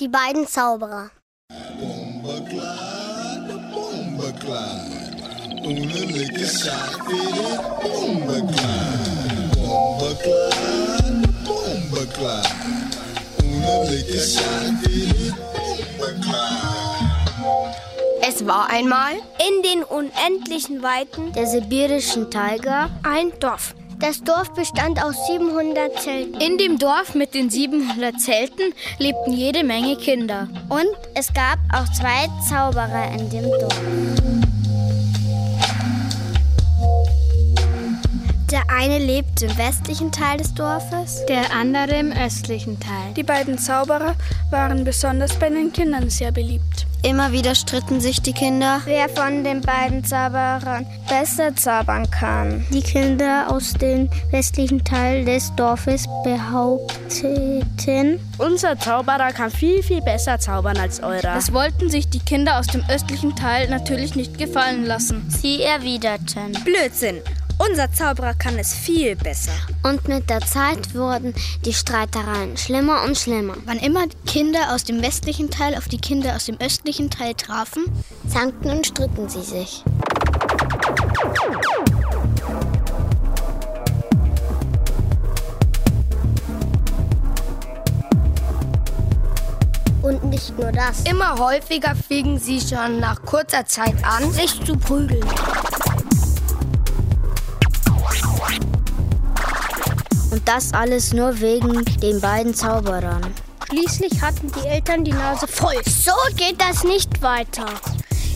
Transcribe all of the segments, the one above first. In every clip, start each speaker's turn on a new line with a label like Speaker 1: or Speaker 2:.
Speaker 1: Die beiden Zauberer.
Speaker 2: Bomberkleider, Bomberkleider, ohne linke Seite, Bomberkleider, Bomberkleider, Bomberkleider, ohne linke Seite, Bomberkleider.
Speaker 3: Es war einmal
Speaker 1: In den unendlichen Weiten der sibirischen Taiga ein Dorf. Das Dorf bestand aus 700 Zelten.
Speaker 4: In dem Dorf mit den 700 Zelten lebten jede Menge Kinder.
Speaker 1: Und es gab auch zwei Zauberer in dem Dorf. Der eine lebte im westlichen Teil des Dorfes.
Speaker 4: Der andere im östlichen Teil.
Speaker 5: Die beiden Zauberer waren besonders bei den Kindern sehr beliebt.
Speaker 6: Immer wieder stritten sich die Kinder.
Speaker 1: Wer von den beiden Zauberern besser zaubern kann. Die Kinder aus dem westlichen Teil des Dorfes behaupteten,
Speaker 7: Unser Zauberer kann viel, viel besser zaubern als eurer.
Speaker 4: Das wollten sich die Kinder aus dem östlichen Teil natürlich nicht gefallen lassen.
Speaker 1: sie erwiderten.
Speaker 7: Blödsinn. Unser Zauberer kann es viel besser.
Speaker 1: Und mit der Zeit wurden die Streitereien schlimmer und schlimmer.
Speaker 4: Wann immer Kinder aus dem westlichen Teil auf die Kinder aus dem östlichen Teil trafen,
Speaker 1: Zankten und stritten sie sich. Und nicht nur das.
Speaker 3: immer häufiger fingen sie schon nach kurzer Zeit an, sich zu prügeln.
Speaker 6: Und das alles nur wegen den beiden Zauberern.
Speaker 1: Schließlich hatten die Eltern die Nase voll. So geht das nicht weiter.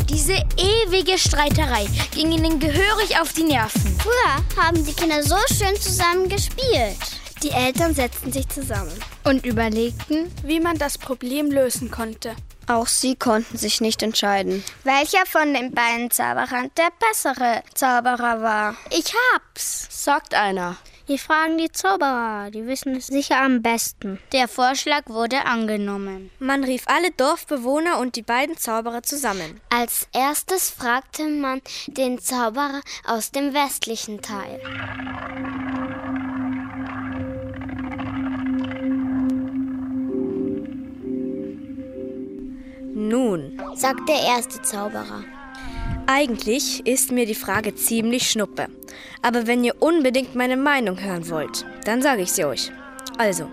Speaker 4: diese ewige Streiterei ging ihnen gehörig auf die Nerven.
Speaker 1: Früher haben die Kinder so schön zusammen gespielt. Die Eltern setzten sich zusammen.
Speaker 4: Und überlegten,
Speaker 5: Wie man das Problem lösen konnte.
Speaker 6: Auch sie konnten sich nicht entscheiden.
Speaker 1: Welcher von den beiden Zauberern der bessere Zauberer war? Ich hab's.
Speaker 7: Sagt einer.
Speaker 1: Wir fragen die Zauberer, die wissen es sicher am besten.
Speaker 4: der Vorschlag wurde angenommen.
Speaker 7: Man rief alle Dorfbewohner und die beiden Zauberer zusammen.
Speaker 1: Als erstes fragte man den Zauberer aus dem westlichen Teil.
Speaker 7: Nun,
Speaker 1: Sagt der erste Zauberer.
Speaker 7: eigentlich ist mir die Frage ziemlich schnuppe. Aber wenn ihr unbedingt meine Meinung hören wollt, dann sage ich sie euch. Also,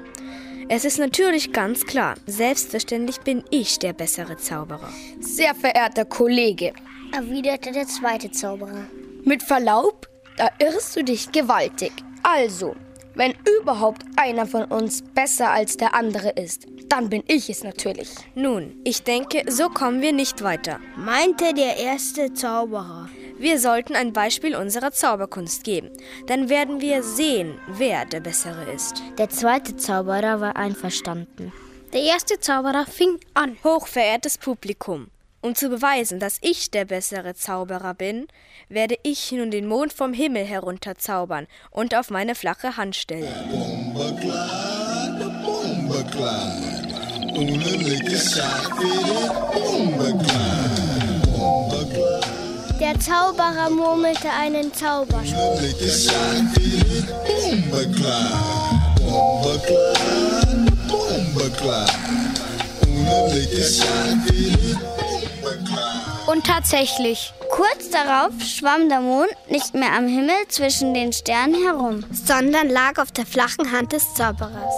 Speaker 7: es ist natürlich ganz klar, selbstverständlich bin ich der bessere Zauberer.
Speaker 3: Sehr verehrter Kollege,
Speaker 1: Erwiderte der zweite Zauberer.
Speaker 3: mit Verlaub, da irrst du dich gewaltig. Also, wenn überhaupt einer von uns besser als der andere ist, dann bin ich es natürlich.
Speaker 7: Nun, ich denke, so kommen wir nicht weiter.
Speaker 3: Meinte der erste Zauberer.
Speaker 7: Wir sollten ein Beispiel unserer Zauberkunst geben. Dann werden wir sehen, wer der Bessere ist.
Speaker 6: Der zweite Zauberer war einverstanden.
Speaker 4: Der erste Zauberer fing an.
Speaker 7: Hochverehrtes Publikum, um zu beweisen, dass ich der bessere Zauberer bin, werde ich nun den Mond vom Himmel herunterzaubern und auf meine flache Hand stellen.
Speaker 2: Bomberkleider, Bomberkleider, ohne linke Seite, Bomberkleider, Bomberkleider,
Speaker 1: Der Zauberer murmelte einen Zauberspruch.
Speaker 2: ohne linke Seite, Bomberkleider, Bomberkleider, Bomberkleider, ohne linke Seite, Bomberkleider.
Speaker 4: Und tatsächlich,
Speaker 1: Kurz darauf schwamm der Mond nicht mehr am Himmel zwischen den Sternen herum, sondern lag auf der flachen Hand des Zauberers.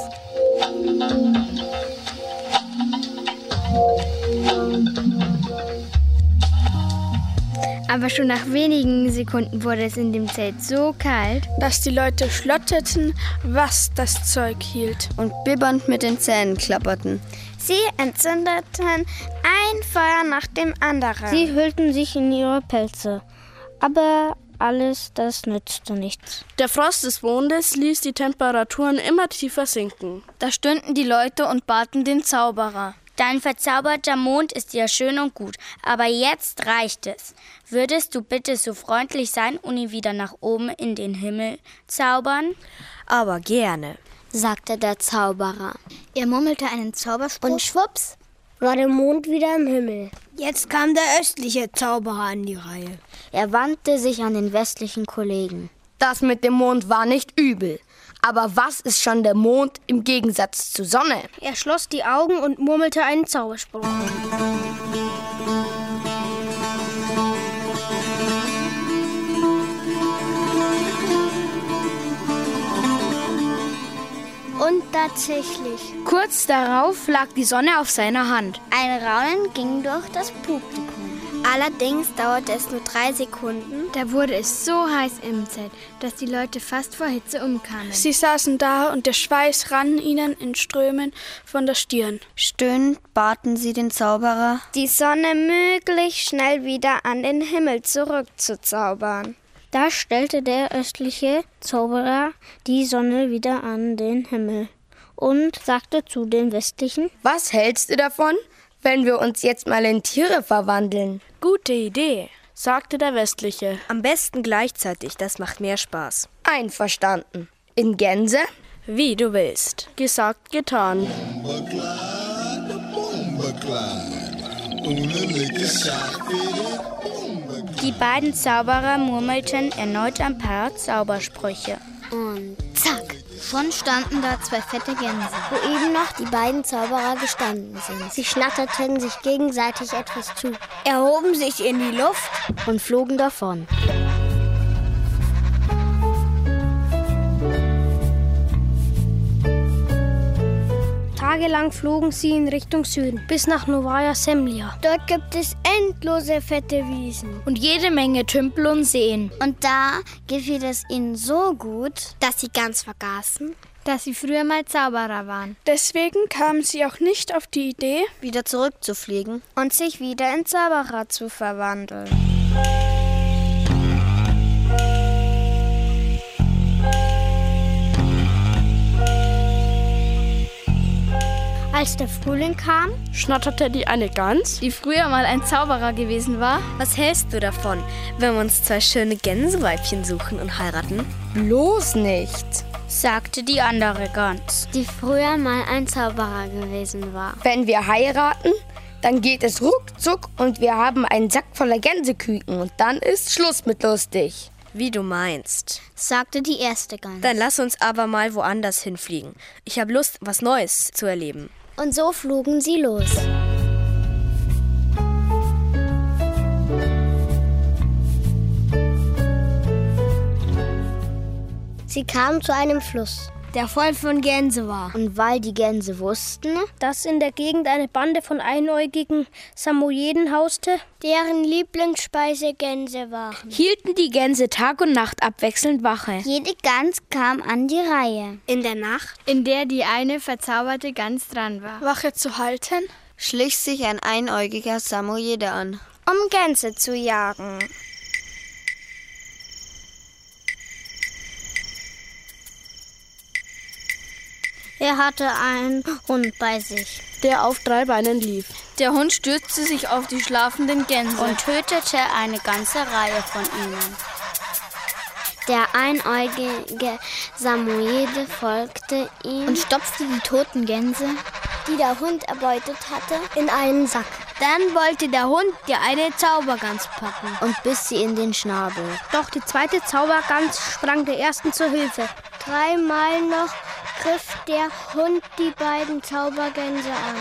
Speaker 4: aber schon nach wenigen Sekunden wurde es in dem Zelt so kalt.
Speaker 5: Dass die Leute schlotterten, was das Zeug hielt.
Speaker 6: Und bibbernd mit den Zähnen klapperten.
Speaker 1: Sie entzündeten ein Feuer nach dem anderen. Sie hüllten sich in ihre Pelze. Aber alles das nützte nichts.
Speaker 8: Der Frost des Mondes ließ die Temperaturen immer tiefer sinken.
Speaker 4: Da stünden die Leute und baten den Zauberer.
Speaker 9: Dein verzauberter Mond ist ja schön und gut, aber jetzt reicht es. Würdest du bitte so freundlich sein und ihn wieder nach oben in den Himmel zaubern?
Speaker 7: Aber gerne.
Speaker 1: sagte der Zauberer.
Speaker 4: Er murmelte einen Zauberspruch.
Speaker 1: Und schwupps war der Mond wieder im Himmel.
Speaker 3: Jetzt kam der östliche Zauberer an die Reihe.
Speaker 6: Er wandte sich an den westlichen Kollegen.
Speaker 3: Das mit dem Mond war nicht übel, Aber was ist schon der Mond im Gegensatz zur Sonne?
Speaker 10: Er schloss die Augen und murmelte einen Zauberspruch.
Speaker 9: Und tatsächlich.
Speaker 10: Kurz darauf lag die Sonne auf seiner Hand.
Speaker 9: Ein Raunen ging durch das Publikum.
Speaker 4: Allerdings dauerte es nur drei Sekunden. Da wurde es so heiß im Zelt, dass die Leute fast vor Hitze umkamen.
Speaker 5: Sie saßen da und der Schweiß rann ihnen in Strömen von der Stirn.
Speaker 1: Stöhnend baten sie den Zauberer,
Speaker 11: die Sonne möglichst schnell wieder an den Himmel zurückzuzaubern. Da stellte der östliche Zauberer die Sonne wieder an den Himmel und sagte zu dem westlichen:
Speaker 3: Was hältst du davon, wenn wir uns jetzt mal in Tiere verwandeln?
Speaker 8: Gute Idee, sagte der westliche.
Speaker 7: Am besten gleichzeitig, das macht mehr Spaß.
Speaker 3: Einverstanden. In Gänse?
Speaker 8: Wie du willst. Gesagt, getan.
Speaker 9: Die beiden Zauberer murmelten erneut ein paar Zaubersprüche.
Speaker 1: Und zack, schon standen da zwei fette Gänse, wo eben noch die beiden Zauberer gestanden sind. Sie schnatterten sich gegenseitig etwas zu, erhoben sich in die Luft und flogen davon.
Speaker 10: Tagelang flogen sie in Richtung Süden, bis nach Novaya Semlja.
Speaker 1: Dort gibt es endlose fette Wiesen
Speaker 10: und jede Menge Tümpel und Seen.
Speaker 1: Und da gefiel es ihnen so gut,
Speaker 4: dass sie ganz vergaßen, dass sie früher mal Zauberer waren.
Speaker 5: Deswegen kamen sie auch nicht auf die Idee,
Speaker 1: wieder zurückzufliegen
Speaker 11: und sich wieder in Zauberer zu verwandeln.
Speaker 10: Als der Frühling kam,
Speaker 8: schnatterte die eine Gans,
Speaker 4: die früher mal ein Zauberer gewesen war.
Speaker 7: Was hältst du davon, wenn wir uns zwei schöne Gänseweibchen suchen und heiraten?
Speaker 3: Bloß nicht,
Speaker 9: sagte die andere Gans,
Speaker 4: die früher mal ein Zauberer gewesen war.
Speaker 3: Wenn wir heiraten, dann geht es ruckzuck und wir haben einen Sack voller Gänseküken und dann ist Schluss mit lustig.
Speaker 7: Wie du meinst,
Speaker 1: sagte die erste Gans.
Speaker 7: Dann lass uns aber mal woanders hinfliegen. Ich habe Lust, was Neues zu erleben.
Speaker 1: Und so flogen sie los. Sie kamen zu einem Fluss,
Speaker 10: der voll von Gänse war.
Speaker 1: Und weil die Gänse wussten,
Speaker 10: dass in der Gegend eine Bande von einäugigen Samoyeden hauste,
Speaker 1: deren Lieblingsspeise Gänse war,
Speaker 10: hielten die Gänse Tag und Nacht abwechselnd Wache.
Speaker 1: Jede Gans kam an die Reihe.
Speaker 4: In der Nacht, in der die eine verzauberte Gans dran war,
Speaker 5: Wache zu halten,
Speaker 1: schlich sich ein einäugiger Samoyede an,
Speaker 11: um Gänse zu jagen.
Speaker 1: Er hatte einen Hund bei sich,
Speaker 8: der auf drei Beinen lief.
Speaker 10: Der Hund stürzte sich auf die schlafenden Gänse
Speaker 9: und tötete eine ganze Reihe von ihnen.
Speaker 1: Der einäugige Samoyede folgte ihm
Speaker 4: und stopfte die toten Gänse,
Speaker 1: die der Hund erbeutet hatte, in einen Sack.
Speaker 10: Dann wollte der Hund die eine Zaubergans packen
Speaker 1: und biss sie in den Schnabel.
Speaker 10: Doch die zweite Zaubergans sprang der ersten zur Hilfe.
Speaker 1: Dreimal noch griff der Hund die beiden Zaubergänse an.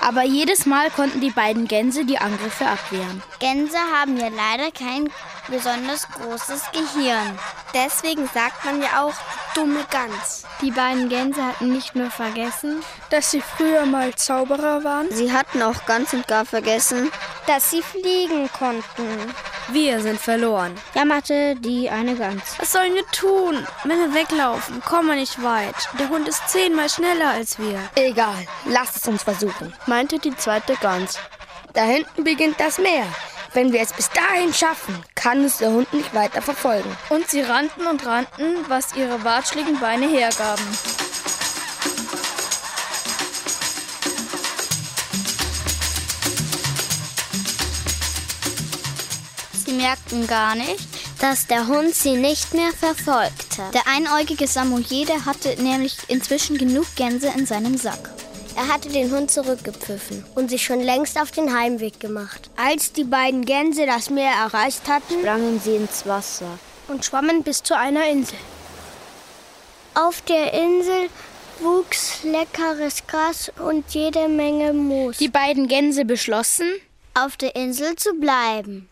Speaker 10: Aber jedes Mal konnten die beiden Gänse die Angriffe abwehren.
Speaker 9: Gänse haben ja leider kein besonders großes Gehirn.
Speaker 4: Deswegen sagt man ja auch dumme Gans. Die beiden Gänse hatten nicht nur vergessen,
Speaker 5: dass sie früher mal Zauberer waren.
Speaker 1: Sie hatten auch ganz und gar vergessen,
Speaker 11: dass sie fliegen konnten.
Speaker 7: Wir sind verloren,
Speaker 11: jammerte die eine Gans.
Speaker 8: Was sollen wir tun? Wenn wir weglaufen, kommen wir nicht weit. Der Hund ist zehnmal schneller als wir.
Speaker 3: Egal, lasst es uns versuchen,
Speaker 8: meinte die zweite Gans.
Speaker 3: Da hinten beginnt das Meer. Wenn wir es bis dahin schaffen, kann uns der Hund nicht weiter verfolgen.
Speaker 10: Und sie rannten und rannten, was ihre watschligen Beine hergaben.
Speaker 9: Sie merkten gar nicht,
Speaker 1: dass der Hund sie nicht mehr verfolgte.
Speaker 4: Der einäugige Samoyede hatte nämlich inzwischen genug Gänse in seinem Sack.
Speaker 1: Er hatte den Hund zurückgepfiffen und sich schon längst auf den Heimweg gemacht.
Speaker 10: Als die beiden Gänse das Meer erreicht hatten,
Speaker 1: sprangen sie ins Wasser
Speaker 10: und schwammen bis zu einer Insel.
Speaker 1: Auf der Insel wuchs leckeres Gras und jede Menge Moos. Die beiden Gänse beschlossen, auf der Insel zu bleiben.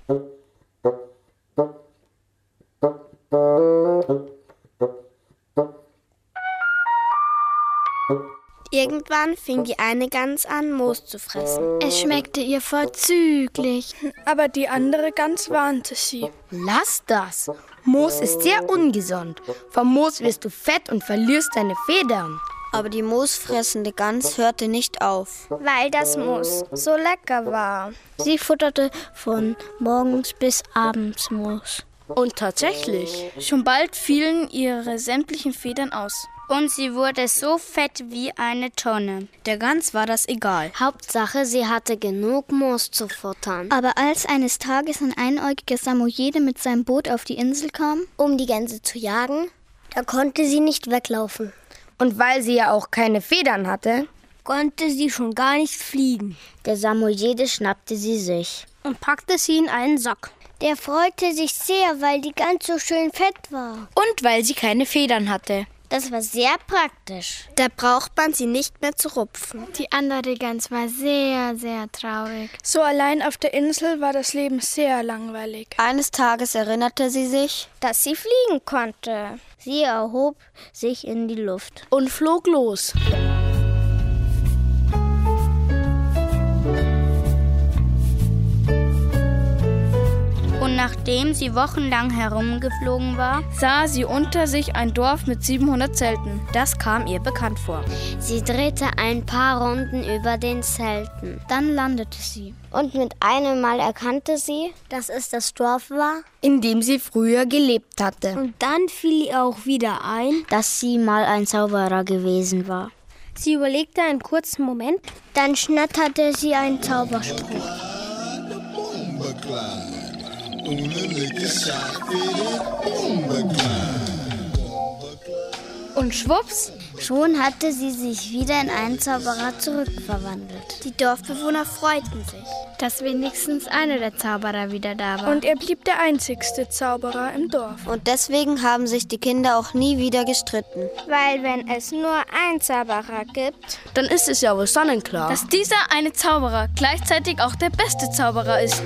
Speaker 4: Irgendwann fing die eine Gans an, Moos zu fressen.
Speaker 5: Es schmeckte ihr vorzüglich. Aber die andere Gans warnte sie.
Speaker 3: Lass das. Moos ist sehr ungesund. Vom Moos wirst du fett und verlierst deine Federn.
Speaker 12: Aber die moosfressende Gans hörte nicht auf.
Speaker 4: Weil das Moos so lecker war.
Speaker 11: Sie futterte von morgens bis abends Moos.
Speaker 9: Und tatsächlich. Schon bald fielen ihre sämtlichen Federn aus. Und sie wurde so fett wie eine Tonne.
Speaker 7: Der Gans war das egal.
Speaker 1: Hauptsache, sie hatte genug Moos zu futtern.
Speaker 4: Aber als eines Tages ein einäugiger Samoyede mit seinem Boot auf die Insel kam,
Speaker 1: um die Gänse zu jagen, da konnte sie nicht weglaufen.
Speaker 3: Und weil sie ja auch keine Federn hatte,
Speaker 12: konnte sie schon gar nicht fliegen.
Speaker 11: Der Samoyede schnappte sie sich
Speaker 10: und packte sie in einen Sack.
Speaker 1: Der freute sich sehr, weil die Gans so schön fett war.
Speaker 9: Und weil sie keine Federn hatte.
Speaker 1: Das war sehr praktisch.
Speaker 4: Da braucht man sie nicht mehr zu rupfen. Die andere Gans war sehr, sehr traurig.
Speaker 5: So allein auf der Insel war das Leben sehr langweilig.
Speaker 12: Eines Tages erinnerte sie sich,
Speaker 4: dass sie fliegen konnte.
Speaker 11: Sie erhob sich in die Luft
Speaker 12: und flog los.
Speaker 9: Und nachdem sie wochenlang herumgeflogen war,
Speaker 8: sah sie unter sich ein Dorf mit 700 Zelten.
Speaker 7: Das kam ihr bekannt vor.
Speaker 1: Sie drehte ein paar Runden über den Zelten.
Speaker 4: Dann landete sie.
Speaker 1: Und mit einem Mal erkannte sie, dass es das Dorf war,
Speaker 3: in dem sie früher gelebt hatte.
Speaker 12: Und dann fiel ihr auch wieder ein,
Speaker 11: dass sie mal ein Zauberer gewesen war.
Speaker 10: Sie überlegte einen kurzen Moment,
Speaker 1: dann schnatterte sie einen Zauberspruch.
Speaker 3: Und schwupps,
Speaker 1: schon hatte sie sich wieder in einen Zauberer zurückverwandelt.
Speaker 4: Die Dorfbewohner freuten sich, dass wenigstens einer der Zauberer wieder da war.
Speaker 5: Und er blieb der einzigste Zauberer im Dorf.
Speaker 12: Und deswegen haben sich die Kinder auch nie wieder gestritten.
Speaker 4: Weil wenn es nur einen Zauberer gibt,
Speaker 7: dann ist es ja wohl sonnenklar,
Speaker 8: dass dieser eine Zauberer gleichzeitig auch der beste Zauberer ist.